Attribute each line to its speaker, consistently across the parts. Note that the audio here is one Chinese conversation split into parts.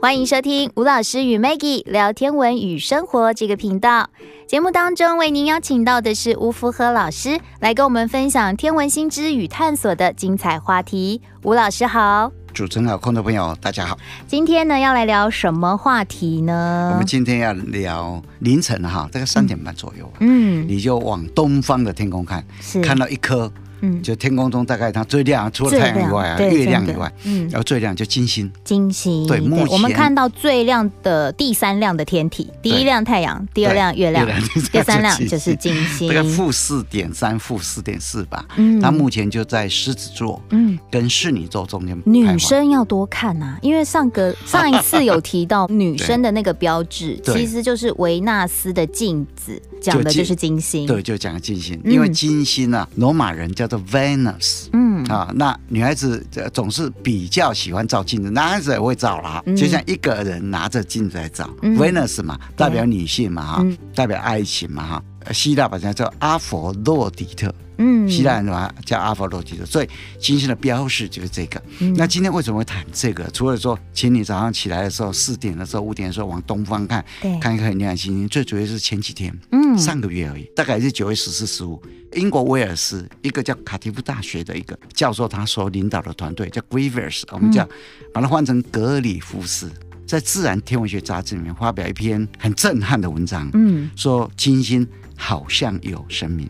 Speaker 1: 欢迎收听吴老师与 Maggie 聊天文与生活这个频道。节目当中为您邀请到的是吴福和老师，来跟我们分享天文新知与探索的精彩话题。吴老师好，
Speaker 2: 主持人好，空头朋友大家好，
Speaker 1: 今天呢要来聊什么话题
Speaker 2: 我
Speaker 1: 呢
Speaker 2: 们？今天要聊凌晨哈，大概三点半左右，
Speaker 1: 嗯，
Speaker 2: 你就往东方的天空看，
Speaker 1: 是
Speaker 2: 看到一颗，
Speaker 1: 嗯
Speaker 2: 就天空中大概它最亮，除了
Speaker 1: 最
Speaker 2: 太阳以外
Speaker 1: 亮
Speaker 2: 啊，
Speaker 1: 对
Speaker 2: 月亮以
Speaker 1: 真的
Speaker 2: 外，
Speaker 1: 嗯
Speaker 2: 然后最亮就金星，
Speaker 1: 金星，
Speaker 2: 对目前
Speaker 1: 我们看到最亮的第三亮的天体，第一
Speaker 2: 对
Speaker 1: 亮太阳，第二
Speaker 2: 对
Speaker 1: 亮月亮，第三亮就是金
Speaker 2: 大概
Speaker 1: 星。
Speaker 2: 负四点三、负四点四吧。
Speaker 1: 嗯
Speaker 2: 它目前就在狮子座
Speaker 1: 嗯，
Speaker 2: 跟室女座中间徘徊
Speaker 1: 女生要多看呐、因为上 个上一次有提到女生的那个标志，
Speaker 2: 对
Speaker 1: 其实就是维纳斯的镜子，讲的就是金星。
Speaker 2: 对，就讲金星，
Speaker 1: 嗯
Speaker 2: 因为金星啊，罗马人叫做 Venus。
Speaker 1: 嗯，
Speaker 2: 啊，那女孩子呃总是比较喜欢照镜子，男孩子也会照啦，
Speaker 1: 嗯
Speaker 2: 就像一个人拿着镜子来照、
Speaker 1: 嗯
Speaker 2: Venus 嘛，代表女性嘛哈、
Speaker 1: 嗯
Speaker 2: 代表爱情嘛哈。呃希腊把它叫阿佛洛狄特，
Speaker 1: 嗯
Speaker 2: 希腊人把它叫阿佛洛狄特，所以金星的标识就是这个。
Speaker 1: 嗯
Speaker 2: 那今天为什么会谈这个？除了说，请你早上起来的时候，四点的时候、五点的时候往东方看，
Speaker 1: 对，
Speaker 2: 看一看很亮的星星，最主要是前几天，
Speaker 1: 嗯
Speaker 2: 上个月而已，大概是九月十四、十五，英国威尔斯一个叫卡迪夫大学的一个教授，他所领导的团队叫 Grievers，我们叫、
Speaker 1: 嗯
Speaker 2: 把它换成格里夫斯，在《自然天文学》杂志里面发表一篇很震撼的文章，
Speaker 1: 嗯，
Speaker 2: 说金星好像有生命，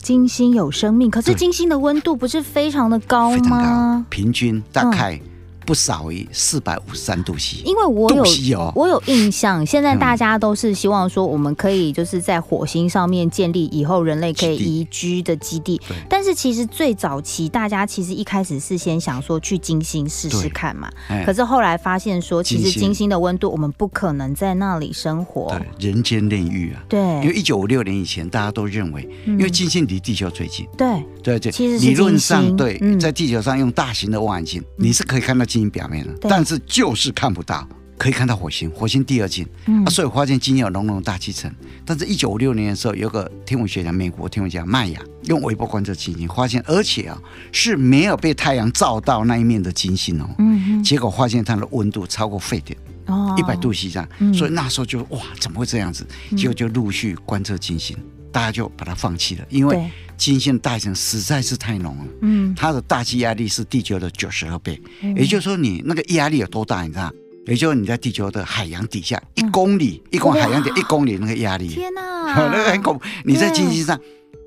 Speaker 1: 金星有生命，可是
Speaker 2: 对
Speaker 1: 金星的温度不是非常的高
Speaker 2: 非常高
Speaker 1: 哦吗？，嗯
Speaker 2: 平均大概不少于四百五十三度 C，
Speaker 1: 因为我有
Speaker 2: 度 C 哦，
Speaker 1: 我有印象，现在大家都是希望说，我们可以就是在火星上面建立以后人类可以
Speaker 2: 基地
Speaker 1: 宜居的基地
Speaker 2: 对。
Speaker 1: 但是其实最早期大家其实一开始是先想说去金星试试
Speaker 2: 对
Speaker 1: 看嘛，
Speaker 2: 哎
Speaker 1: 可是后来发现说，其实
Speaker 2: 金星
Speaker 1: 金星的温度我们不可能在那里生活。
Speaker 2: 对人间炼狱啊。因为
Speaker 1: 对
Speaker 2: 一九五六年以前，大家都认为，因为金星离地球最近，
Speaker 1: 对，
Speaker 2: 对对，
Speaker 1: 其实是
Speaker 2: 理论
Speaker 1: 金
Speaker 2: 上
Speaker 1: 星
Speaker 2: 对
Speaker 1: 嗯，
Speaker 2: 在地球上用大型的望远镜，你是可以看到金星表面的，
Speaker 1: 对
Speaker 2: 但是就是看不到。可以看到火星，火星第二近、
Speaker 1: 嗯
Speaker 2: 啊，所以我发现金星有浓浓的大气层。但是，一九五六年的时候，有个天文学家，美国天文学家麦雅用微波观测金星，发现，而且啊是没有被太阳照到那一面的金星哦。
Speaker 1: 嗯
Speaker 2: 结果发现它的温度超过沸点
Speaker 1: 嗯哦
Speaker 2: 一百度以上，
Speaker 1: 嗯
Speaker 2: 所以那时候就哇，怎么会这样子？结果就陆续观测金星，大家就把它放弃了，因为
Speaker 1: 对，
Speaker 2: 金星的大气层实在是太浓了，
Speaker 1: 嗯哎
Speaker 2: 它的大气压力是地球的九十二倍，也就是说你那个压力有多大，你知道？也就是你在地球的海洋底下一公里，一公里海洋底
Speaker 1: 嗯哇
Speaker 2: 一公里那个压力，
Speaker 1: 天哪，
Speaker 2: 那个很恐怖。你在
Speaker 1: 对
Speaker 2: 金星上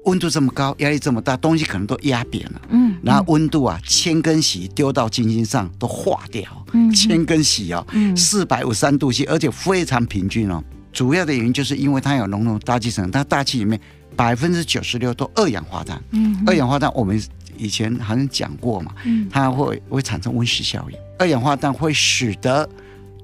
Speaker 2: 温度这么高，压力这么大，东西可能都压扁了。
Speaker 1: 嗯，
Speaker 2: 然后温度啊，千根洗丢到金星上都化掉
Speaker 1: 嗯，
Speaker 2: 千根洗哦
Speaker 1: 嗯，
Speaker 2: 四百五三度 C，而且非常平均哦。主要的原因就是因为它有浓浓的大气层，它大气里面百分之九十六都二氧化碳，
Speaker 1: 嗯
Speaker 2: 二氧化碳我们以前好像讲过嘛，
Speaker 1: 嗯
Speaker 2: 它会会产生温室效应，二氧化碳会使得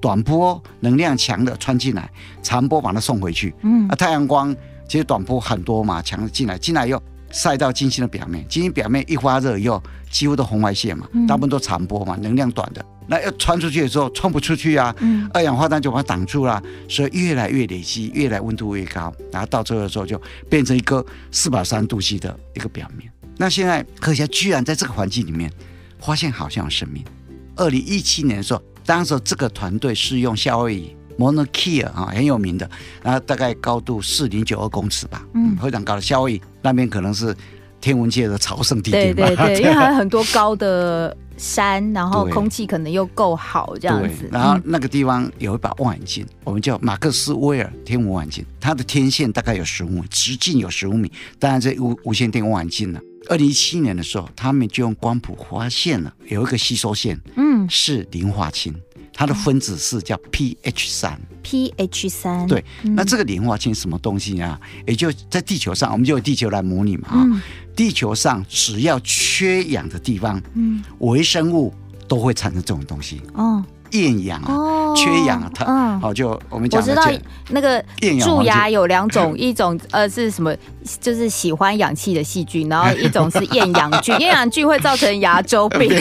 Speaker 2: 短波能量强的穿进来，长波把它送回去，
Speaker 1: 嗯
Speaker 2: 啊，太阳光其实短波很多嘛，强的进来，进来以后晒到金星的表面，金星表面一发热以后，几乎都红外线嘛，大部分都长波嘛，能量短的，那要穿出去的时候穿不出去啊，
Speaker 1: 嗯
Speaker 2: 二氧化碳就把它挡住了，所以越来越累积，越来温度越高，然后到最后的时候就变成一个四百三度 C 的一个表面。那现在科学家居然在这个环境里面发现好像有生命。二零一七年的时候，当时这个团队是用夏威夷 Mauna Kea 啊很有名的，然后大概高度四零九二公尺吧，
Speaker 1: 嗯
Speaker 2: 嗯，非常高的夏威夷那边可能是天文界的朝圣地
Speaker 1: 对
Speaker 2: 点吧。
Speaker 1: 对对，因为还有很多高的山，然后
Speaker 2: 对
Speaker 1: 空气可能又够好这样
Speaker 2: 对，
Speaker 1: 子。
Speaker 2: 然后
Speaker 1: 嗯
Speaker 2: 那个地方有一把望远镜，我们叫马克斯威尔天文望远镜，它的天线大概有十五米，直径有十五米，当然这无无线电望远镜了。二零一七年的时候，他们就用光谱发现了有一个吸收线
Speaker 1: 嗯
Speaker 2: 是磷化氢，它的分子是叫 pH 三。
Speaker 1: ，pH 三，
Speaker 2: 对，
Speaker 1: 嗯
Speaker 2: 那这个磷化氢什么东西啊？也就在地球上，我们就有地球来模拟嘛啊。
Speaker 1: 嗯
Speaker 2: 地球上只要缺氧的地方，
Speaker 1: 嗯
Speaker 2: 微生物都会产生这种东西，
Speaker 1: 哦
Speaker 2: 厌氧啊。
Speaker 1: 哦，
Speaker 2: 缺氧啊，它
Speaker 1: 嗯，
Speaker 2: 好、就我们
Speaker 1: 我
Speaker 2: 讲
Speaker 1: 知
Speaker 2: 的
Speaker 1: 道
Speaker 2: 这
Speaker 1: 那个
Speaker 2: 厌氧
Speaker 1: 蛀
Speaker 2: 黄
Speaker 1: 牙
Speaker 2: 菌。
Speaker 1: 有两种，一种呃是什么，就是喜欢氧气的细菌，然后一种是厌氧 菌，厌氧菌会造成牙周病，就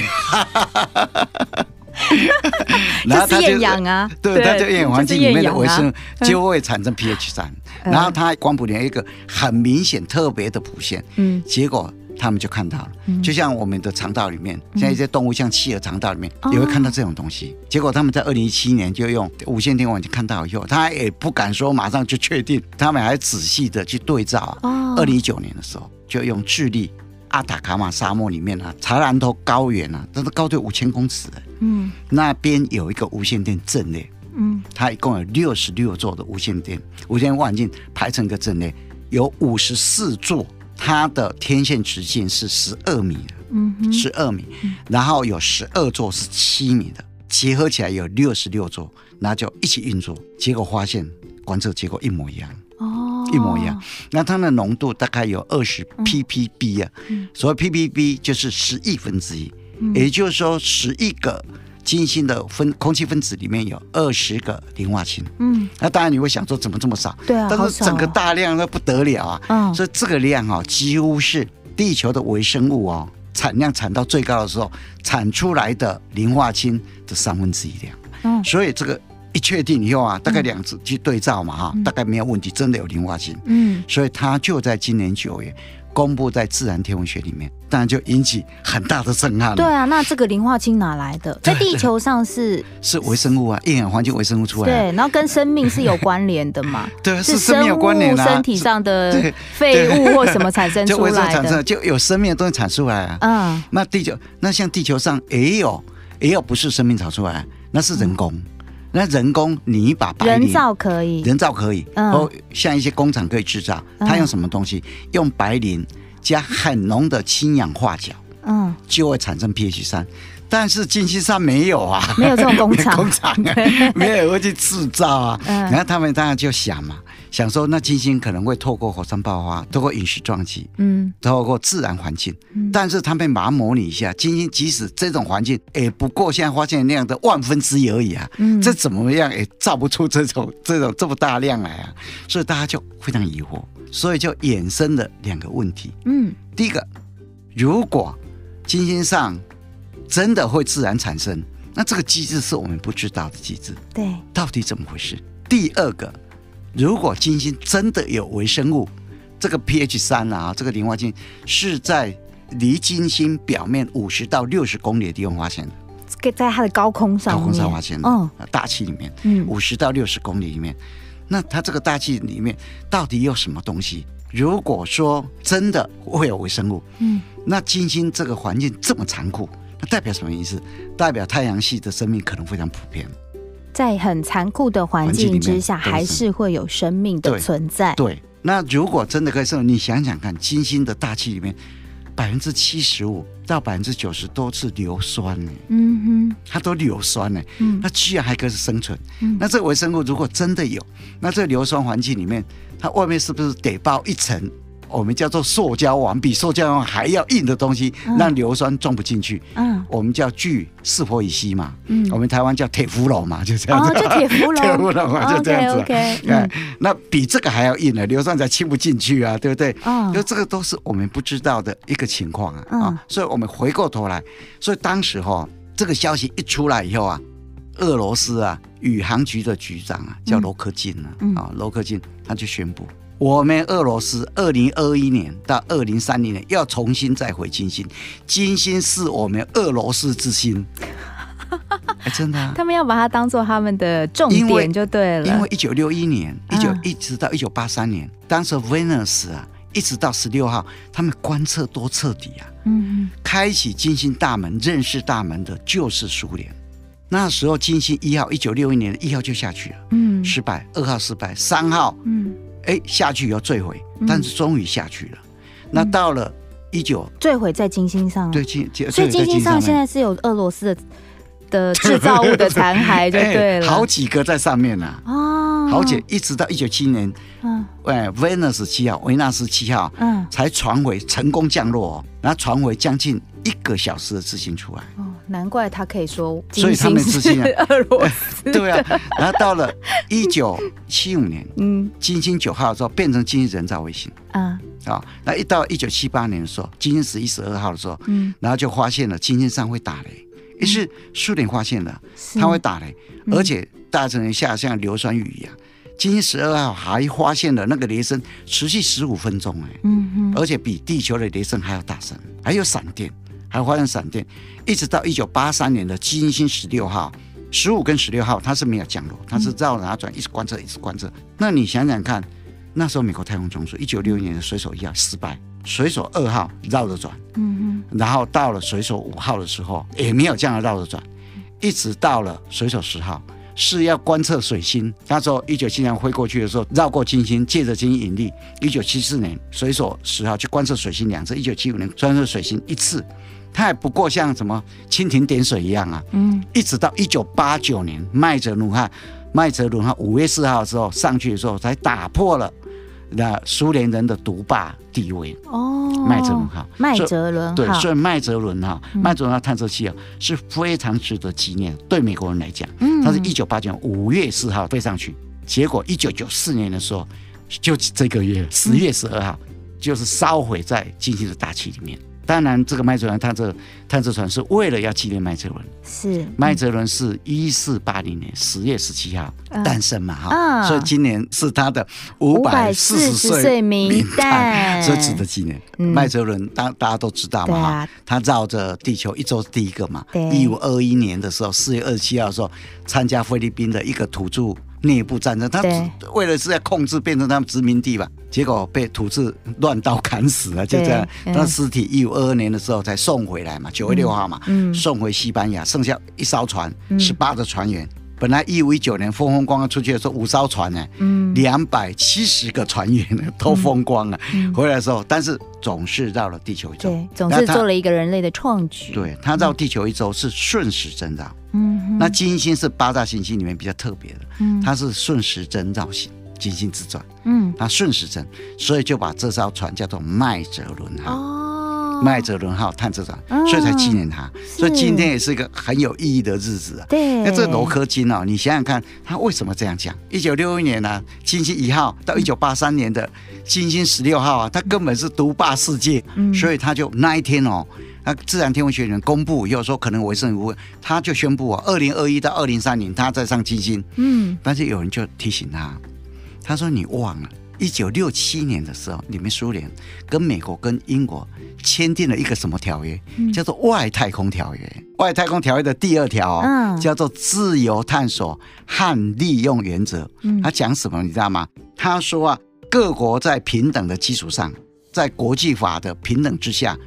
Speaker 2: 它
Speaker 1: 是厌氧啊，
Speaker 2: 对，它就厌氧环境里面的微生
Speaker 1: 物，
Speaker 2: 物就会产生 pH 三、
Speaker 1: 啊嗯
Speaker 2: 然后它光谱里面有一个很明显特别的谱线，
Speaker 1: 嗯
Speaker 2: 结果他们就看到了。
Speaker 1: 嗯
Speaker 2: 就像我们的肠道里面，
Speaker 1: 嗯
Speaker 2: 现在一些动物像企鹅肠道里面
Speaker 1: 哦
Speaker 2: 也会看到这种东西。结果他们在二零一七年就用无线电望远镜看到以后，他也不敢说马上就确定，他们还仔细的去对照啊。
Speaker 1: 哦
Speaker 2: 二零一九年的时候，就用智利阿塔卡马沙漠里面啊，查兰头高原啊，它是高度五千公尺的，
Speaker 1: 嗯
Speaker 2: 那边有一个无线电阵列，
Speaker 1: 嗯
Speaker 2: 它一共有六十六座的无线电无线望远镜排成一个阵列，有五十四座，它的天线直径是十二米的。
Speaker 1: 嗯哼
Speaker 2: 十二米，然后有十二座是七米的，结合起来有六十六座，然后就一起运作，结果发现观测结果一模一样，
Speaker 1: 哦
Speaker 2: 一模一样。那它的浓度大概有二十 ppb 啊，
Speaker 1: 嗯
Speaker 2: 所谓 ppb 就是十亿分之一，
Speaker 1: 嗯
Speaker 2: 也就是说十亿个金星的分空气分子里面有二十个磷化氢。
Speaker 1: 嗯
Speaker 2: 那当然你会想说怎么这么少？
Speaker 1: 对啊，
Speaker 2: 但
Speaker 1: 好
Speaker 2: 是
Speaker 1: 少
Speaker 2: 整个
Speaker 1: 哦
Speaker 2: 大量那不得了啊！
Speaker 1: 嗯
Speaker 2: 所以这个量哦，几乎是地球的微生物哦产量产到最高的时候，产出来的磷化氢的三分之一量。
Speaker 1: 嗯
Speaker 2: 所以这个一确定以后啊，大概两次去对照嘛哈，
Speaker 1: 嗯
Speaker 2: 大概没有问题，真的有磷化氢。
Speaker 1: 嗯
Speaker 2: 所以它就在今年九月公布在《自然天文学》里面，当然就引起很大的震撼
Speaker 1: 对
Speaker 2: 了。
Speaker 1: 啊，那这个磷化氢哪来的？在地球上 是
Speaker 2: 是微生物啊，厌氧环境微生物出来的。
Speaker 1: 对，然后跟生命是有关联的嘛，
Speaker 2: 对啊，
Speaker 1: 是
Speaker 2: 是生命有关联
Speaker 1: 物
Speaker 2: 啊，
Speaker 1: 身体上的
Speaker 2: 对
Speaker 1: 废物或什么产生
Speaker 2: 就
Speaker 1: 出
Speaker 2: 微生物
Speaker 1: 来
Speaker 2: 产生
Speaker 1: 的。
Speaker 2: 的，就有生命的东西产出来啊。
Speaker 1: 嗯
Speaker 2: 那地球，那像地球上也有，也有不是生命炒出来，啊那是人工。那人工泥巴白
Speaker 1: 嗯人
Speaker 2: 磷，
Speaker 1: 造可以，
Speaker 2: 人造可以，
Speaker 1: 嗯
Speaker 2: 哦，像一些工厂可以制造，
Speaker 1: 嗯
Speaker 2: 它用什么东西？用白磷加很浓的氢氧化铰，
Speaker 1: 嗯，
Speaker 2: 就会产生 pH 三。但是金星上没有啊，
Speaker 1: 没有这种 工厂
Speaker 2: 工厂啊， 没有人会去制造啊。
Speaker 1: 嗯
Speaker 2: 然后他们当然就想嘛，想说那金星可能会透过火山爆发，透过陨石撞击，
Speaker 1: 嗯
Speaker 2: 透过自然环境，
Speaker 1: 嗯
Speaker 2: 但是他们把它模拟一下，今天即使这种环境，也不过现在发现那样的万分之一而已啊，
Speaker 1: 嗯，
Speaker 2: 这怎么样也造不出这种这种这么大量来啊，所以大家就非常疑惑，所以就衍生了两个问题。
Speaker 1: 嗯
Speaker 2: 第一个，如果金星上真的会自然产生，那这个机制是我们不知道的机制，
Speaker 1: 对，
Speaker 2: 到底怎么回事？第二个，如果金星真的有微生物，这个 pH 三啊，这个磷化氢是在离金星表面五十到六十公里的地方发现的，
Speaker 1: 这个在它的高空上
Speaker 2: 高
Speaker 1: 面，
Speaker 2: 空上发现的，
Speaker 1: 嗯
Speaker 2: 啊大气里面
Speaker 1: 嗯
Speaker 2: 五十到六十公里里面，那它这个大气里面到底有什么东西？如果说真的会有微生物，
Speaker 1: 嗯
Speaker 2: 那金星这个环境这么残酷，那代表什么意思？代表太阳系的生命可能非常普遍。
Speaker 1: 在很残酷的环境之下，
Speaker 2: 环境里面
Speaker 1: 还是会有生命的
Speaker 2: 对
Speaker 1: 存在。
Speaker 2: 对，那如果真的可以生，你想想看，金星的大气里面百分之七十五到百分之九十都是硫酸呢，
Speaker 1: 嗯
Speaker 2: 它都硫酸呢，
Speaker 1: 哼，嗯
Speaker 2: 那居然还可以生存。
Speaker 1: 嗯
Speaker 2: 那这微生物如果真的有，那这硫酸环境里面，它外面是不是得包一层？我们叫做塑胶网，比塑胶网还要硬的东西
Speaker 1: 嗯，
Speaker 2: 让硫酸种不进去。
Speaker 1: 嗯
Speaker 2: 我们叫聚四氟乙烯嘛，
Speaker 1: 嗯
Speaker 2: 我们台湾叫铁氟龙嘛，就这样
Speaker 1: 哦，
Speaker 2: 子。
Speaker 1: 就 铁氟龙，哦
Speaker 2: 铁氟龙嘛， 就这样子啊。
Speaker 1: OK，
Speaker 2: 哎，那比这个还要硬呢，硫酸才亲不进去啊，对不对？
Speaker 1: 嗯
Speaker 2: 就这个都是我们不知道的一个情况啊、
Speaker 1: 嗯
Speaker 2: 啊，所以我们回过头来，所以当时哈、这个消息一出来以后啊，俄罗斯啊宇航局的局长啊叫
Speaker 1: 嗯
Speaker 2: 罗科金啊，
Speaker 1: 嗯
Speaker 2: 啊罗科金他就宣布，我们俄罗斯二零二一年到二零三零年要重新再回金星，金星是我们俄罗斯 之星，哎，真的、啊。
Speaker 1: 他们要把它当做他们的重
Speaker 2: 因为
Speaker 1: 点就对了。
Speaker 2: 因为一九六一年，一九
Speaker 1: 嗯
Speaker 2: 一直到一九八三年，当时 Venus 啊，一直到十六号，他们观测多彻底啊，
Speaker 1: 嗯
Speaker 2: 开启金星大门、认识大门的就是苏联。那时候金星一号，一九六一年的一号就下去了，
Speaker 1: 嗯
Speaker 2: 失败；二号失败，三号
Speaker 1: 嗯，
Speaker 2: 哎下去以后坠毁，但是终于下去了。那
Speaker 1: 嗯
Speaker 2: 到了一九
Speaker 1: 坠毁在金星上，
Speaker 2: 对，金，金
Speaker 1: 哦所以金星上现呃在是有俄罗斯的的制造物的残骸，就对 了。
Speaker 2: 哎好几个在上面呢、
Speaker 1: 哦，
Speaker 2: 好几一直到一九七年，
Speaker 1: 嗯
Speaker 2: 哎，Venus 七号、维纳斯七号，
Speaker 1: 嗯
Speaker 2: 才传回成功降落、哦，然后传回将近一个小时的资讯出来。
Speaker 1: 哦，难怪他可以说
Speaker 2: 所
Speaker 1: 金
Speaker 2: 以他
Speaker 1: 星
Speaker 2: 们之
Speaker 1: 是
Speaker 2: 间
Speaker 1: 俄罗 斯。
Speaker 2: 对啊，然后到了一九七五年
Speaker 1: 嗯
Speaker 2: 金星九号的时候，变成金星人造卫星
Speaker 1: 啊
Speaker 2: 啊、那一到一九七八年的时候，金星十一、十二号的时候，
Speaker 1: 嗯，
Speaker 2: 然后就发现了金星上会打雷，于是苏联发现了
Speaker 1: 是
Speaker 2: 它会打雷，
Speaker 1: 嗯
Speaker 2: 而且大成下像硫酸雨一样。金星十二号还发现了那个雷声持续十五分钟、哎，
Speaker 1: 嗯嗯
Speaker 2: 而且比地球的雷声还要大声，还有闪电，还发生闪电，一直到一九八三年的金星十六号。十五跟十六号它是没有降落，它是绕着它转，一直观测，一直观测。那你想想看，那时候美国太空总署一九六一年的水手一号失败，水手二号绕着转，
Speaker 1: 嗯
Speaker 2: 然后到了水手五号的时候，也没有这样绕着转，一直到了水手十号是要观测水星。那时候一九七年飞过去的时候，绕过金星，借着金星引力。一九七四年水手十号去观测水星两次，一九七五年观测水星一次，它也不过像什么蜻蜓点水一样啊。
Speaker 1: 嗯
Speaker 2: 一直到一九八九年麦哲努汉麦哲努汉五月四号的时候上去的时候，才打破了那苏联人的独霸地位。
Speaker 1: 嗯，哦，
Speaker 2: 麦哲伦号
Speaker 1: 麦哲伦号，
Speaker 2: 对，所以麦哲伦哈，麦哲伦号探测器啊是非常值得纪念。对美国人来讲，
Speaker 1: 嗯
Speaker 2: 它是一九八九年五月四号飞上去，结果一九九四年的时候，就这个月十月十二号，就是烧毁在金星的大气里面。当然，这个麦哲伦探测探测船是为了要纪念麦哲伦。
Speaker 1: 是
Speaker 2: 麦哲伦是一四八零年十月十七号
Speaker 1: 嗯
Speaker 2: 诞生嘛哈，
Speaker 1: 嗯
Speaker 2: 所以今年是他的五百四
Speaker 1: 540
Speaker 2: 十
Speaker 1: 岁
Speaker 2: 岁
Speaker 1: 名
Speaker 2: 诞，
Speaker 1: 诞
Speaker 2: 所以值得纪念。
Speaker 1: 嗯
Speaker 2: 麦哲伦大大家都知道嘛
Speaker 1: 对
Speaker 2: 哈
Speaker 1: 啊，
Speaker 2: 他绕着地球一周是第一个嘛
Speaker 1: 对，
Speaker 2: 一五二一年的时候，四月二十七号的时候参加菲律宾的一个土著。内部战争，他
Speaker 1: 对
Speaker 2: 只为了是要控制，变成他们殖民地吧，结果被土著乱刀砍死了，就这样。
Speaker 1: 对嗯
Speaker 2: 那尸体一五二二年的时候才送回来嘛，九月六号嘛，
Speaker 1: 嗯
Speaker 2: 送回西班牙，剩下一艘船，
Speaker 1: 嗯
Speaker 2: 十八个船员。本来一五一九年风风光光出去的时候，五艘船呢、
Speaker 1: 嗯
Speaker 2: 两百七十个船员呢都风光了。
Speaker 1: 嗯
Speaker 2: 回来的时候，但是总是绕了地球一周
Speaker 1: 对，，总
Speaker 2: 那
Speaker 1: 是
Speaker 2: 他
Speaker 1: 做了一个人类的创举。，
Speaker 2: 对，他绕地球一周是顺时针绕。
Speaker 1: 嗯
Speaker 2: 那金星是八大行星里面比较特别的，
Speaker 1: 哼，
Speaker 2: 它是顺时针绕行，金星自转，
Speaker 1: 嗯
Speaker 2: 它顺时针，所以就把这艘船叫做麦哲伦号。
Speaker 1: 哦，
Speaker 2: 麦哲伦号探测船
Speaker 1: 嗯，
Speaker 2: 所以才纪念他。
Speaker 1: 是
Speaker 2: 所以今天也是一个很有意义的日子啊。
Speaker 1: 哦对，
Speaker 2: 那这个罗科金哦，你想想看，他为什么这样讲？一九六一年呢、啊，金星一号
Speaker 1: 嗯
Speaker 2: 到一九八三年的金星十六号啊，他根本是独霸世界，
Speaker 1: 嗯
Speaker 2: 所以他就那一天哦，那自然天文学人公布，又说可能为胜无问，他就宣布啊，二零二一到二零三零他再上金星，
Speaker 1: 嗯
Speaker 2: 但是有人就提醒他，他说你忘了。一九六七年的时候，你们苏联跟美国跟英国签订了一个什么条约？
Speaker 1: 嗯
Speaker 2: 叫做《外太空条约》。外太空条约的第二条、哦
Speaker 1: 嗯
Speaker 2: 叫做自由探索和利用原则。
Speaker 1: 嗯
Speaker 2: 他讲什么你知道吗？他说啊，各国在平等的基础上，在国际法的平等之下，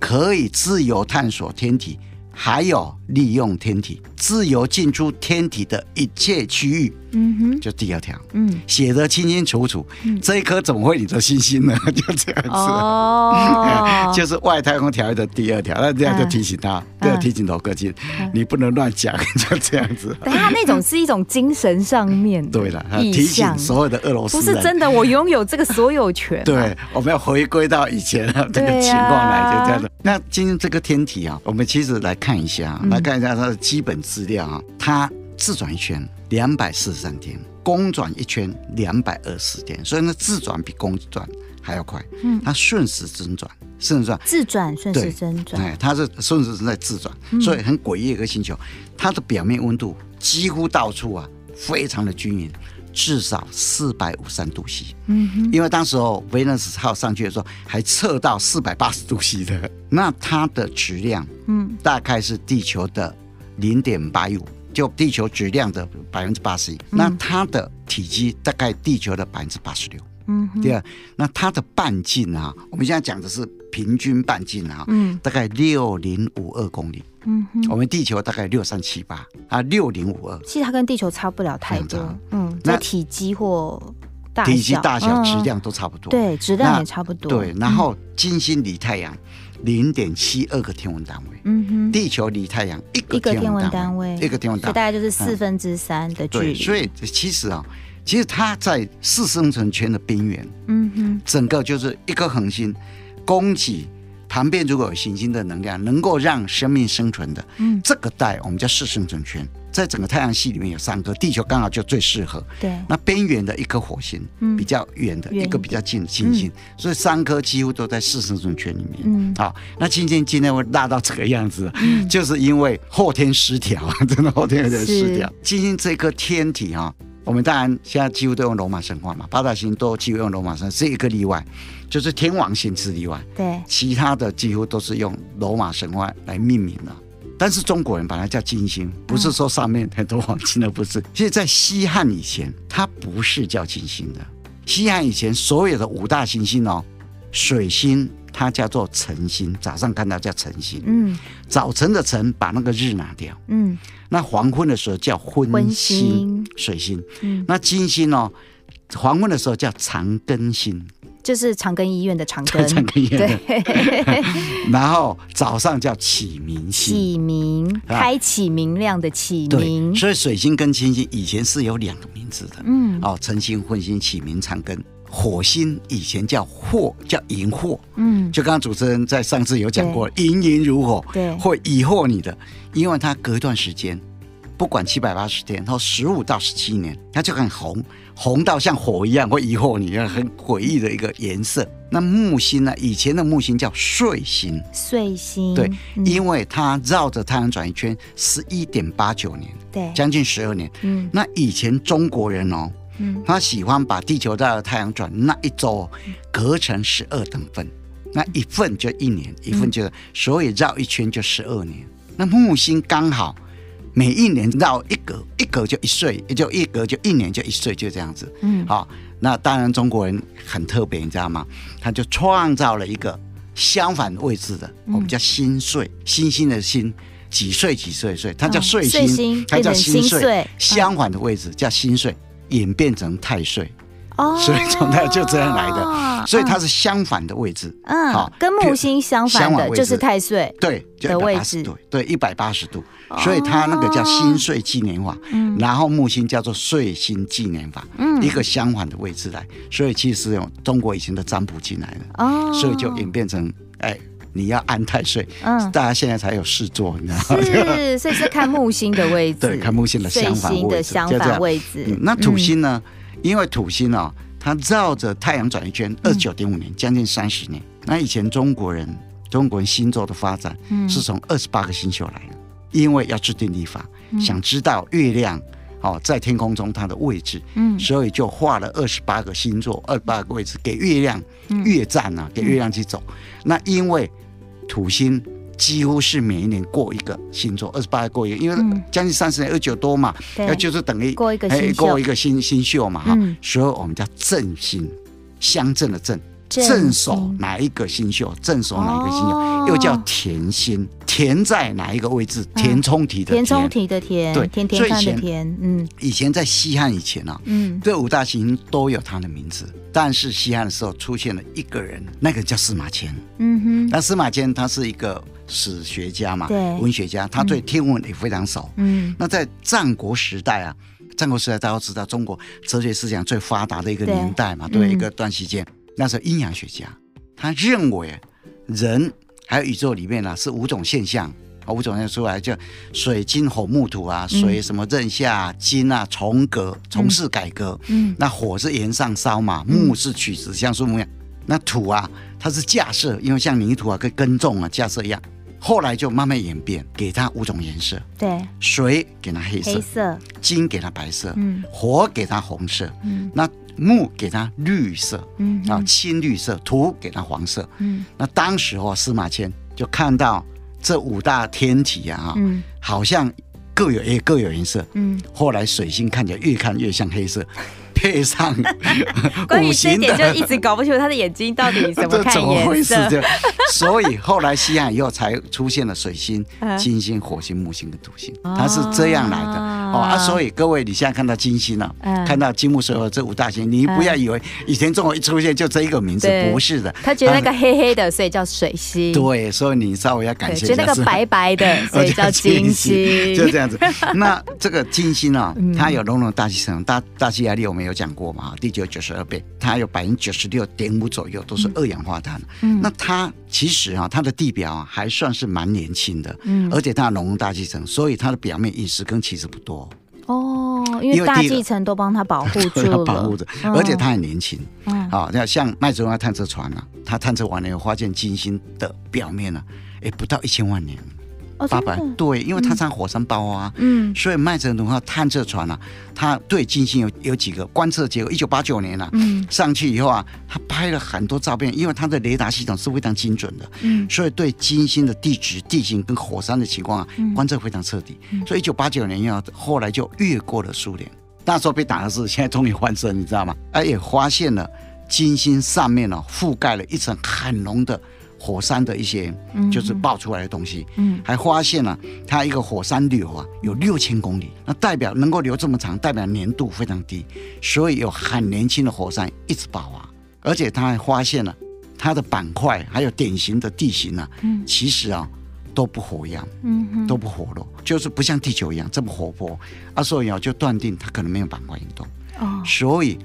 Speaker 2: 可以自由探索天体，还有利用天体，自由进出天体的一切区域。
Speaker 1: 嗯哼
Speaker 2: 就第二条
Speaker 1: 嗯
Speaker 2: 写得清清楚楚，
Speaker 1: 嗯
Speaker 2: 这一颗怎么会你的星星呢？ 就这样子。，
Speaker 1: 哦
Speaker 2: 就是外太空条约的第二条，那这样就
Speaker 1: 嗯
Speaker 2: 提醒他，这样提醒罗克金，你不能乱讲， 就这样子。
Speaker 1: 但他那种是一种精神上面的
Speaker 2: 对了，他
Speaker 1: 意
Speaker 2: 提醒
Speaker 1: 向，
Speaker 2: 所有的俄罗斯
Speaker 1: 不
Speaker 2: 人，
Speaker 1: 是真的，我拥有这个所有权。
Speaker 2: 对，我们要回归到以前的这个情况来，就这样子。那今天这个天体啊，我们其实来看一下，啊来看一下它的基本资料啊。它自转一圈两百四十三天，公转一圈两百二十天，所以呢，自转比公转还要快。
Speaker 1: 嗯
Speaker 2: 它顺时针转，顺时针转
Speaker 1: 自转顺时
Speaker 2: 对
Speaker 1: 针转，嗯
Speaker 2: 哎，它是顺时针在自转，所以很诡异的一个星球，它的表面温度几乎到处啊非常的均匀，至少四百五三度 C。
Speaker 1: 嗯哼，
Speaker 2: 因为当时候 Venus 号上去的时候还测到四百八十度 C 的，那它的质量
Speaker 1: 嗯
Speaker 2: 大概是地球的零点八五，就地球质量的百分之八十一。
Speaker 1: 嗯
Speaker 2: 那它的体积大概地球的百分之八十六。
Speaker 1: 嗯哼，
Speaker 2: 第二，那它的半径啊，我们现在讲的是平均半径啊，
Speaker 1: 嗯
Speaker 2: 大概六零五二公里，
Speaker 1: 嗯哼，
Speaker 2: 我们地球大概六三七八啊，六零五二，
Speaker 1: 其实它跟地球差不了太
Speaker 2: 非常
Speaker 1: 多
Speaker 2: 差，
Speaker 1: 嗯，这
Speaker 2: 那
Speaker 1: 体积或大小，
Speaker 2: 体积大小、
Speaker 1: 嗯
Speaker 2: 质，量都差不多。
Speaker 1: 对，质量
Speaker 2: 那
Speaker 1: 也差不多。
Speaker 2: 对，然后金星离太阳零点七二个天文单位，
Speaker 1: 嗯哼，
Speaker 2: 地球离太阳一
Speaker 1: 一
Speaker 2: 个
Speaker 1: 个
Speaker 2: 天
Speaker 1: 天文
Speaker 2: 文
Speaker 1: 单
Speaker 2: 单
Speaker 1: 位
Speaker 2: 位，一个天文
Speaker 1: 所以
Speaker 2: 单
Speaker 1: 大
Speaker 2: 位。
Speaker 1: 概
Speaker 2: 嗯
Speaker 1: 就是四分之三的距
Speaker 2: 对，
Speaker 1: 离。
Speaker 2: 所以其实啊，其实它在四生存圈的边缘，
Speaker 1: 嗯哼，
Speaker 2: 整个就是一颗恒星供给旁边如果有行星的能量，能够让生命生存的，
Speaker 1: 嗯
Speaker 2: 这个带我们叫四生存圈。在整个太阳系里面有三颗，地球刚好就最适合。
Speaker 1: 对，
Speaker 2: 那边缘的一颗火星，
Speaker 1: 嗯
Speaker 2: 比较远的
Speaker 1: 远
Speaker 2: 一个比较近的金星，所以三颗几乎都在四生存圈里面。
Speaker 1: 嗯
Speaker 2: 好，那金星今天会大到这个样子， 就是因为后天失调，真的后天有点失调。金星这颗天体啊，我们当然现在几乎都用罗马神话嘛，八大行都几乎用罗马神，这一个例外，就是天王星是例外，
Speaker 1: 对，
Speaker 2: 其他的几乎都是用罗马神话来命名的。但是中国人把它叫金星，不是说上面很多黄金的，不是。其实，在西汉以前，它不是叫金星的。西汉以前所有的五大行星哦，水星它叫做晨星，早上看到叫晨星，
Speaker 1: 嗯
Speaker 2: 早晨的晨把那个日拿掉，
Speaker 1: 嗯
Speaker 2: 那黄昏的时候叫昏
Speaker 1: 昏
Speaker 2: 星
Speaker 1: 星，
Speaker 2: 水星。
Speaker 1: 嗯，
Speaker 2: 那金星哦，黄昏的时候叫长庚星，
Speaker 1: 就是长庚医院的长
Speaker 2: 在 长
Speaker 1: 庚，
Speaker 2: 庚医院。
Speaker 1: 对，
Speaker 2: 然后早上叫启明星。
Speaker 1: 启明，
Speaker 2: 啊
Speaker 1: 开启明亮的启
Speaker 2: 对，
Speaker 1: 明，
Speaker 2: 所以水星跟金星以前是有两个名字的，
Speaker 1: 嗯
Speaker 2: 哦，辰星、昏星、启明、长庚。火星以前叫祸，叫荧惑，
Speaker 1: 嗯，
Speaker 2: 就刚刚主持人在上次有讲过，荧荧如火，
Speaker 1: 对
Speaker 2: 会疑惑你的，因为它隔一段时间，不管七百八十天或十五到十七年，它就很红，红到像火一样，会疑惑你，很诡异的一个颜色。那木星呢？以前的木星叫岁星，
Speaker 1: 碎星，
Speaker 2: 对，
Speaker 1: 嗯
Speaker 2: 因为它绕着太阳转一圈十一点八九年，
Speaker 1: 对，
Speaker 2: 将近十二年。
Speaker 1: 嗯
Speaker 2: 那以前中国人哦，
Speaker 1: 嗯
Speaker 2: 他喜欢把地球绕着太阳转那一周哦隔成十二等份，那一份就一年，一份就所以绕一圈就十二年。那木星刚好每一年绕一格，一格就一岁，也就一格就一年就一岁，就这样子。
Speaker 1: 嗯，
Speaker 2: 好、那当然中国人很特别，你知道吗？他就创造了一个相反位置的，
Speaker 1: 嗯
Speaker 2: 我们叫星岁，星星的星。几岁几岁岁，它叫
Speaker 1: 嗯
Speaker 2: 岁
Speaker 1: 岁
Speaker 2: 星
Speaker 1: 星，
Speaker 2: 它叫
Speaker 1: 变成
Speaker 2: 星
Speaker 1: 星
Speaker 2: 岁
Speaker 1: 岁，嗯
Speaker 2: 相反的位置叫星岁，演变成太岁。
Speaker 1: 哦
Speaker 2: 所以从它就这样来的，所以它
Speaker 1: 嗯
Speaker 2: 是相反的位置，
Speaker 1: 嗯
Speaker 2: 好，
Speaker 1: 跟木星相反
Speaker 2: 相反
Speaker 1: 的
Speaker 2: 位置
Speaker 1: 就是太岁，
Speaker 2: 对，就
Speaker 1: 的
Speaker 2: 一
Speaker 1: 位
Speaker 2: 百八
Speaker 1: 置
Speaker 2: 十度，对，一百八十度，所以它那个叫星岁纪年法，
Speaker 1: 嗯
Speaker 2: 然后木星叫做岁星纪年法，
Speaker 1: 嗯
Speaker 2: 一个相反的位置来，所以其实用中国以前的占卜进来的，
Speaker 1: 哦，
Speaker 2: 所以就演变成，哎，你要安太岁，
Speaker 1: 嗯
Speaker 2: 大家现在才有事做，你知道吗？
Speaker 1: 是，所以是看木星的位置，
Speaker 2: 对，看木星的相反
Speaker 1: 碎星
Speaker 2: 位
Speaker 1: 的
Speaker 2: 置，
Speaker 1: 相
Speaker 2: 就这
Speaker 1: 反
Speaker 2: 样。
Speaker 1: 位置
Speaker 2: 嗯，，那土星呢？因为土星哦，它绕着太阳转一圈，二九点五年，将近三十年。那以前中国人，中国人星座的发展
Speaker 1: 嗯
Speaker 2: 是从二十八个星宿来的，因为要制定历法，
Speaker 1: 嗯
Speaker 2: 想知道月亮哦在天空中它的位置，
Speaker 1: 嗯
Speaker 2: 所以就画了二十八个星座，二十八个位置给月亮
Speaker 1: 嗯
Speaker 2: 月站啊，给月亮去走。那因为土星几乎是每一年过一个星座，二十八过一个，因为
Speaker 1: 嗯
Speaker 2: 将近三十年，二九多嘛，
Speaker 1: 对
Speaker 2: 那就是等于
Speaker 1: 过一个
Speaker 2: 哎
Speaker 1: 星宿
Speaker 2: 过一个星星宿嘛哈、
Speaker 1: 嗯
Speaker 2: 所以我们叫正星，乡镇的镇，
Speaker 1: 正
Speaker 2: 镇守
Speaker 1: 星
Speaker 2: 哪一个星宿，镇守哪一个星宿，
Speaker 1: 哦
Speaker 2: 又叫田星，田在哪一个位置？
Speaker 1: 嗯
Speaker 2: 填充体的
Speaker 1: 填充题的填，
Speaker 2: 对
Speaker 1: 甜甜看的
Speaker 2: 所以以前
Speaker 1: 甜，嗯
Speaker 2: 以前在西汉以前啊，
Speaker 1: 嗯，
Speaker 2: 这五大行星都有它的名字，但是西汉的时候出现了一个人，那个叫司马迁。
Speaker 1: 嗯哼，
Speaker 2: 那司马迁他是一个史学家嘛，
Speaker 1: 对
Speaker 2: 文学家，他对天文也非常熟。
Speaker 1: 嗯，
Speaker 2: 那在战国时代啊，战国时代大家都知道，中国哲学思想最发达的一个
Speaker 1: 对
Speaker 2: 年代嘛，
Speaker 1: 嗯
Speaker 2: 对，一个段时间，那时候阴阳学家他认为人还有宇宙里面啊是五种现象。啊五种现象出来叫水金火木土啊，水什么任下啊、金啊重革从事改革，
Speaker 1: 嗯
Speaker 2: 那火是沿上烧嘛，
Speaker 1: 嗯
Speaker 2: 木是取直像树木一样，那土啊它是架设，因为像泥土啊跟耕种啊架设一样，后来就慢慢演变，给它五种颜色，
Speaker 1: 对，
Speaker 2: 水给它黑色，
Speaker 1: 黑色，
Speaker 2: 金给它白色，
Speaker 1: 嗯
Speaker 2: 火给它红色，
Speaker 1: 嗯
Speaker 2: 那木给它绿色，
Speaker 1: 嗯
Speaker 2: 啊，青绿色，土给它黄色。
Speaker 1: 嗯
Speaker 2: 那当时哦，司马迁就看到这五大天体啊，
Speaker 1: 嗯
Speaker 2: 好像各有也各有颜色。
Speaker 1: 嗯，
Speaker 2: 后来水星看起来越看越像黑色，配上
Speaker 1: 关于
Speaker 2: 五
Speaker 1: 这一
Speaker 2: 行
Speaker 1: 点就
Speaker 2: 的。
Speaker 1: 一直搞不清楚他的眼睛到底 怎么
Speaker 2: 这
Speaker 1: 看
Speaker 2: 怎么
Speaker 1: 颜
Speaker 2: 会是
Speaker 1: 色
Speaker 2: 这，样？所以后来西汉以后才出现了水星
Speaker 1: 嗯、
Speaker 2: 金星、火星、木星跟土星，
Speaker 1: 哦
Speaker 2: 它是这样来的哦啊！所以各位，你现在看到金星了、
Speaker 1: 嗯
Speaker 2: 看到金木水火这五大星，你不要以为以前中国一出现就这一个名字
Speaker 1: 对，
Speaker 2: 不是的。
Speaker 1: 他觉得那个黑黑的，所以叫水星，
Speaker 2: 对，所以你稍微要感
Speaker 1: 对，
Speaker 2: 谢
Speaker 1: 觉
Speaker 2: 一
Speaker 1: 得
Speaker 2: 下
Speaker 1: 那个
Speaker 2: 是吧。
Speaker 1: 白白的， 所以叫金星，
Speaker 2: 就这 样子。那这个金星啊、
Speaker 1: 嗯
Speaker 2: 它有笼统大气层，大大气压力我们有讲过嘛，地球九十二倍，它有百分之九十六点五左右都是二氧化碳。
Speaker 1: 嗯
Speaker 2: 那它其实啊，它的地表啊还算是蛮年轻的，
Speaker 1: 嗯
Speaker 2: 而且它笼统大气层，所以它的表面陨石坑其实不多，
Speaker 1: 哦，因为
Speaker 2: 因为
Speaker 1: 大
Speaker 2: 第一个
Speaker 1: 气层都帮他保护住
Speaker 2: 它
Speaker 1: 了，
Speaker 2: 保护着，
Speaker 1: 嗯
Speaker 2: 而且它很年轻。
Speaker 1: 嗯
Speaker 2: 好、那像麦哲伦号探测船啊，它探测完了以后，发现金星的表面呢、啊，哎，不到一千万年。
Speaker 1: 哦
Speaker 2: 八
Speaker 1: 真
Speaker 2: 百
Speaker 1: 的，
Speaker 2: 对，因为它常火山爆发、啊。
Speaker 1: 嗯
Speaker 2: 所以麦哲伦号探测船啊，它对金星有有几个观测结果，一九八九年啊，
Speaker 1: 嗯
Speaker 2: 上去以后啊，他拍了很多照片，因为它的雷达系统是非常精准的，
Speaker 1: 嗯
Speaker 2: 所以对金星的地质、地形跟火山的情况啊
Speaker 1: 嗯，
Speaker 2: 观测非常彻底。
Speaker 1: 嗯
Speaker 2: 所以一九八九年以后，后来就越过了苏联，那时候被打的是，现在终于翻身，你知道吗？而也发现了金星上面呢、覆盖了一层很浓的火山的一些
Speaker 1: 嗯
Speaker 2: 就是爆出来的东西。
Speaker 1: 嗯
Speaker 2: 还发现了、它一个火山流啊有六千公里，那代表能够流这么长，代表粘度非常低，所以有很年轻的火山一直爆发，而且它还发现了它的板块还有典型的地形啊，
Speaker 1: 嗯
Speaker 2: 其实啊都不活样，
Speaker 1: 嗯哼
Speaker 2: 都不活络，就是不像地球一样这么活泼啊，所以啊就断定它可能没有板块运动，
Speaker 1: 哦
Speaker 2: 所以。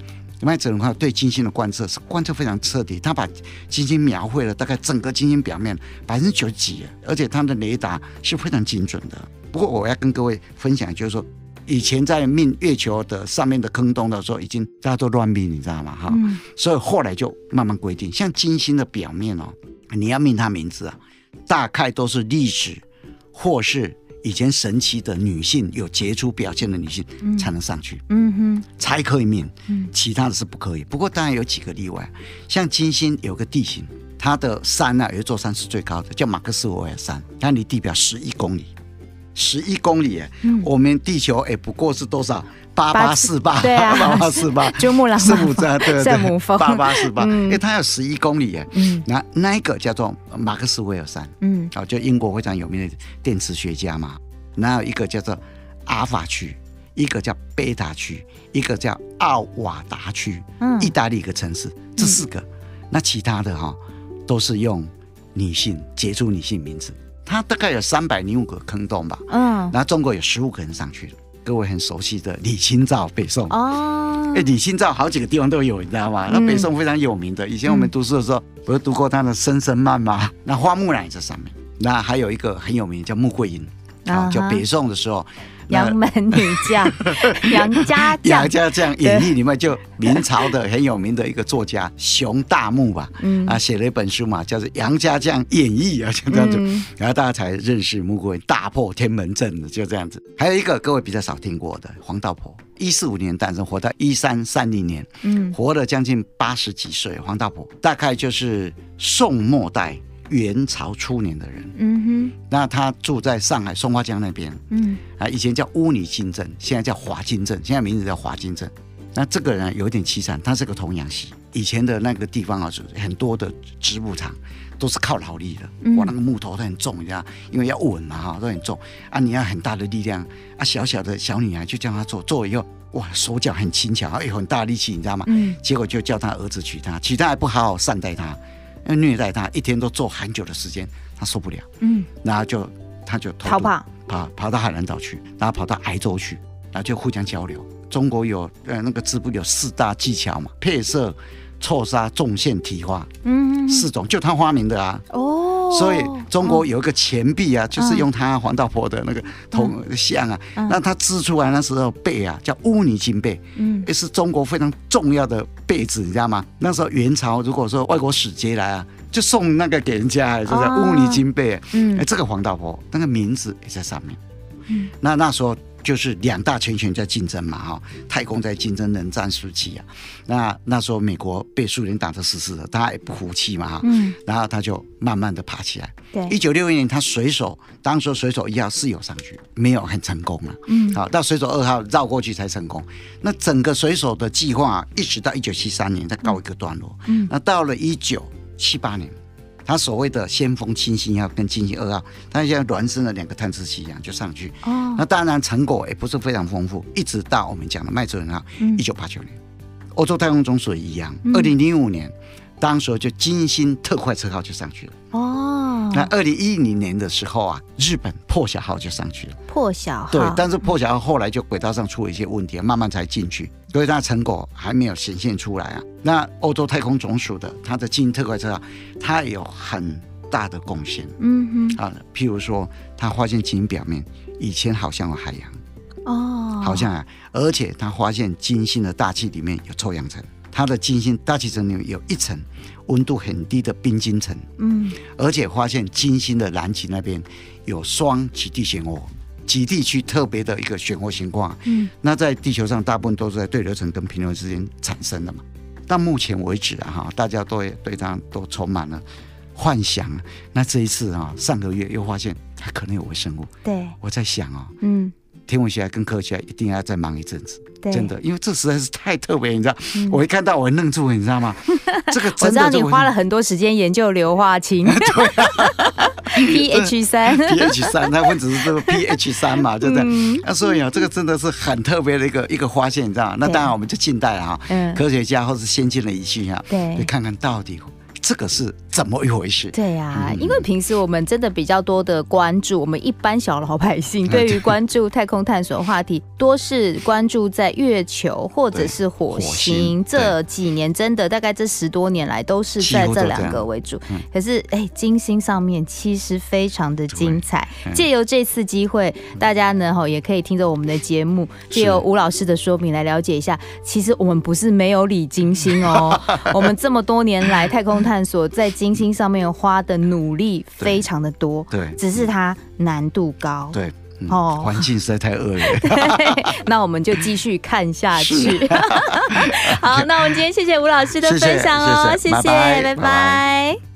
Speaker 2: 麦哲伦号对金星的观测是观测非常彻底，它把金星描绘了大概整个金星表面百分之九十几，而且它的雷达是非常精准的。不过我要跟各位分享，就是说以前在命月球的上面的坑洞的时候，已经大家都乱命，你知道吗？哈、
Speaker 1: 嗯
Speaker 2: 所以后来就慢慢规定，像金星的表面哦，你要命它名字啊，大概都是历史或是以前神奇的女性有杰出表现的女性
Speaker 1: 嗯
Speaker 2: 才能上去，
Speaker 1: 嗯哼
Speaker 2: 才可以命。
Speaker 1: 嗯
Speaker 2: 其他的是不可以。不过当然有几个例外，像金星有个地形，它的山呢、啊，有一座山是最高的，叫马克斯韦尔山，它离地表十一公里，十一公里耶，
Speaker 1: 嗯
Speaker 2: 我们地球也不过是多少八八四八，
Speaker 1: 对啊
Speaker 2: 八八 四八，
Speaker 1: 珠穆朗玛
Speaker 2: 圣
Speaker 1: 峰
Speaker 2: 母山，对对对，
Speaker 1: 圣母峰
Speaker 2: 八八四八，
Speaker 1: 嗯
Speaker 2: 因为它有十一公里耶，
Speaker 1: 嗯
Speaker 2: 那那一个叫做马克斯韦尔山，
Speaker 1: 嗯
Speaker 2: 啊，就英国非常有名的电磁学家嘛，然后一个叫做阿法区，一个叫贝塔区，一个叫奥瓦达区，
Speaker 1: 嗯
Speaker 2: 意大利一个城市，这四个。那其他的哈、都是用女性杰出女性名字，它大概有三百零五个坑洞吧，
Speaker 1: 嗯
Speaker 2: 然后中国有十五个人上去了，各位很熟悉的李清照北宋。
Speaker 1: 哦
Speaker 2: 哎、李清照好几个地方都有，你知道吗？那
Speaker 1: 嗯
Speaker 2: 北宋非常有名的，以前我们读书的时候，不是读过他的《声声慢》吗？ 那花木兰也在上面，那还有一个很有名叫穆桂英，
Speaker 1: 啊哈
Speaker 2: 啊，叫北宋的时候，那
Speaker 1: 杨门女将杨家将
Speaker 2: 杨家将演义里面就明朝的很有名的一个作家熊大木吧，
Speaker 1: 嗯
Speaker 2: 啊，写了一本书嘛，叫做《杨家将演义》啊，就这样子，
Speaker 1: 嗯
Speaker 2: 然后大家才认识穆桂英，大破天门阵的，就这样子。还有一个各位比较少听过的黄道婆，一四五年诞生，活到一三三零年。
Speaker 1: 嗯
Speaker 2: 活了将近八十几岁，黄大婆大概就是宋末代元朝初年的人。
Speaker 1: 嗯
Speaker 2: 那他住在上海松花江那边
Speaker 1: 哼嗯
Speaker 2: 啊，以前叫乌泥新镇，现在叫华金镇，现在名字叫华金镇。那这个人啊有点凄惨，他是个童养媳。以前的那个地方啊，是很多的织布厂都是靠劳力的，
Speaker 1: 嗯
Speaker 2: 哇，那个木头都很重，你知道，因为要稳嘛哈，都很重啊，你要很大的力量啊，小小的小女孩就叫她做，做以后哇，手脚很轻巧，哎还有很大力气，你知道吗？
Speaker 1: 嗯
Speaker 2: 结果就叫他儿子娶她，娶她还不好好善待她，要虐待她，一天都做很久的时间，他受不了，
Speaker 1: 嗯
Speaker 2: 然后就他就偷渡
Speaker 1: 逃，跑
Speaker 2: 跑跑到海南岛去，然后跑到台州去，然后就互相交流。中国有呃那个织布有四大技巧嘛，配色、错纱、纵线、提花
Speaker 1: 嗯
Speaker 2: 四种，就他发明的啊。
Speaker 1: 哦
Speaker 2: 所以中国有一个钱币啊，就是用他黄道婆的那个铜像啊，
Speaker 1: 嗯
Speaker 2: 那他织出来那时候贝啊叫乌泥金贝，
Speaker 1: 嗯
Speaker 2: 也是中国非常重要的被子，你知道吗？那时候元朝如果说外国使节来啊，就送那个给人家，就是
Speaker 1: 啊
Speaker 2: 乌泥金被。哎、
Speaker 1: 嗯
Speaker 2: 这个黄道婆那个名字也在上面。
Speaker 1: 嗯
Speaker 2: 那那时候就是两大拳权在竞争嘛，哈、太空在竞争冷战时期啊。那那时候美国被苏联打得死死的，他也不服气嘛，哈、
Speaker 1: 嗯
Speaker 2: 然后他就慢慢的爬起来。
Speaker 1: 对
Speaker 2: 一九六一年，他水手当时水手一号是有上去，没有很成功了。
Speaker 1: 嗯
Speaker 2: 好，到水手二号绕过去才成功。那整个水手的计划、啊、一直到一九七三年才告一个段落。
Speaker 1: 嗯
Speaker 2: 那到了一九七八年，他所谓的先锋金星号跟金星二号，他像孪生的两个探测器一样就上去。那
Speaker 1: 哦
Speaker 2: 当然成果也不是非常丰富，一直到我们讲的麦哲伦号，
Speaker 1: 嗯
Speaker 2: 一九八九年，欧洲太空总署也一样
Speaker 1: 嗯，
Speaker 2: 二零零五年。当时就金星特快车号就上去了，
Speaker 1: 哦
Speaker 2: 那二零一零年的时候啊，日本破晓号就上去了。
Speaker 1: 破晓
Speaker 2: 对
Speaker 1: 号，
Speaker 2: 但是破晓号后来就轨道上出了一些问题，慢慢才进去，所以它成果还没有显现出来啊。那欧洲太空总署的它的基因特快车啊，它也有很大的贡献
Speaker 1: 嗯
Speaker 2: 啊，譬如说它发现金表面以前好像有海洋，
Speaker 1: 哼哦
Speaker 2: 好像啊，而且它发现金星的大气里面有臭氧层，它的金星大气层里面有一层温度很低的冰晶层，
Speaker 3: 嗯，
Speaker 2: 而且发现金星的南极那边有双极地漩涡，极地区特别的一个漩涡情况。
Speaker 3: 嗯，
Speaker 2: 那在地球上大部分都是在对流层跟平流之间产生的嘛。到目前为止啊，哈，大家都对它都充满了幻想。那这一次啊，上个月又发现它可能有微生物，
Speaker 3: 对，
Speaker 2: 我在想哦，
Speaker 3: 嗯，
Speaker 2: 天文学家跟科学家一定要再忙一阵子，
Speaker 3: 对，
Speaker 2: 真，的，因为这实在是太特别，你知道，
Speaker 3: 嗯
Speaker 2: 我一看到我会愣住，你知道 吗？这个
Speaker 1: 我
Speaker 2: 真
Speaker 1: 知
Speaker 2: 的
Speaker 1: 道
Speaker 2: 就
Speaker 1: 你
Speaker 2: 会
Speaker 1: 花了很多时间研究硫化 氢
Speaker 2: 啊
Speaker 1: ，pH 三，
Speaker 2: pH 三， 它分子 是这个 pH 三嘛，对不对？
Speaker 1: 嗯
Speaker 2: 那所以啊，这个真的是很特别的一个一个发现，你知道吗？那
Speaker 1: 对
Speaker 2: 当然，我们就近代了哈、
Speaker 1: 嗯，
Speaker 2: 科学家或是先进的仪器啊，
Speaker 1: 对
Speaker 2: 你看看到底这个是怎么一回事。
Speaker 1: 对呀、
Speaker 2: 嗯
Speaker 1: 因为平时我们真的比较多的关注，我们一般小老百 姓对于关注太空探索话题，多是关注在月球或者是火
Speaker 2: 火
Speaker 1: 星。
Speaker 2: 星
Speaker 1: 这几年真的大概这十多年来都是
Speaker 2: 几
Speaker 1: 在
Speaker 2: 乎
Speaker 1: 这
Speaker 2: 都
Speaker 1: 两
Speaker 2: 这
Speaker 1: 个
Speaker 2: 样
Speaker 1: 为主。
Speaker 2: 嗯
Speaker 1: 可是哎，金星上面其实非常的精彩。
Speaker 2: 嗯
Speaker 1: 借由这次机会，大家呢吼也可以听着我们的节目，
Speaker 2: 是
Speaker 1: 借由吴老师的说明来了解一下，其实我们不是没有理金星 哦，我们这么多年来太空探索在金星上面花的努力非常的多，
Speaker 2: 对
Speaker 1: 只是它难度高。
Speaker 2: 对，嗯
Speaker 1: 哦
Speaker 2: 环境实在太恶劣。
Speaker 1: 对，那我们就继续看下去
Speaker 2: 是。
Speaker 1: 好，那我们今天谢谢吴老师的
Speaker 2: 谢谢
Speaker 1: 分享哦，
Speaker 2: 谢谢拜拜
Speaker 1: 拜
Speaker 2: 拜拜
Speaker 1: 拜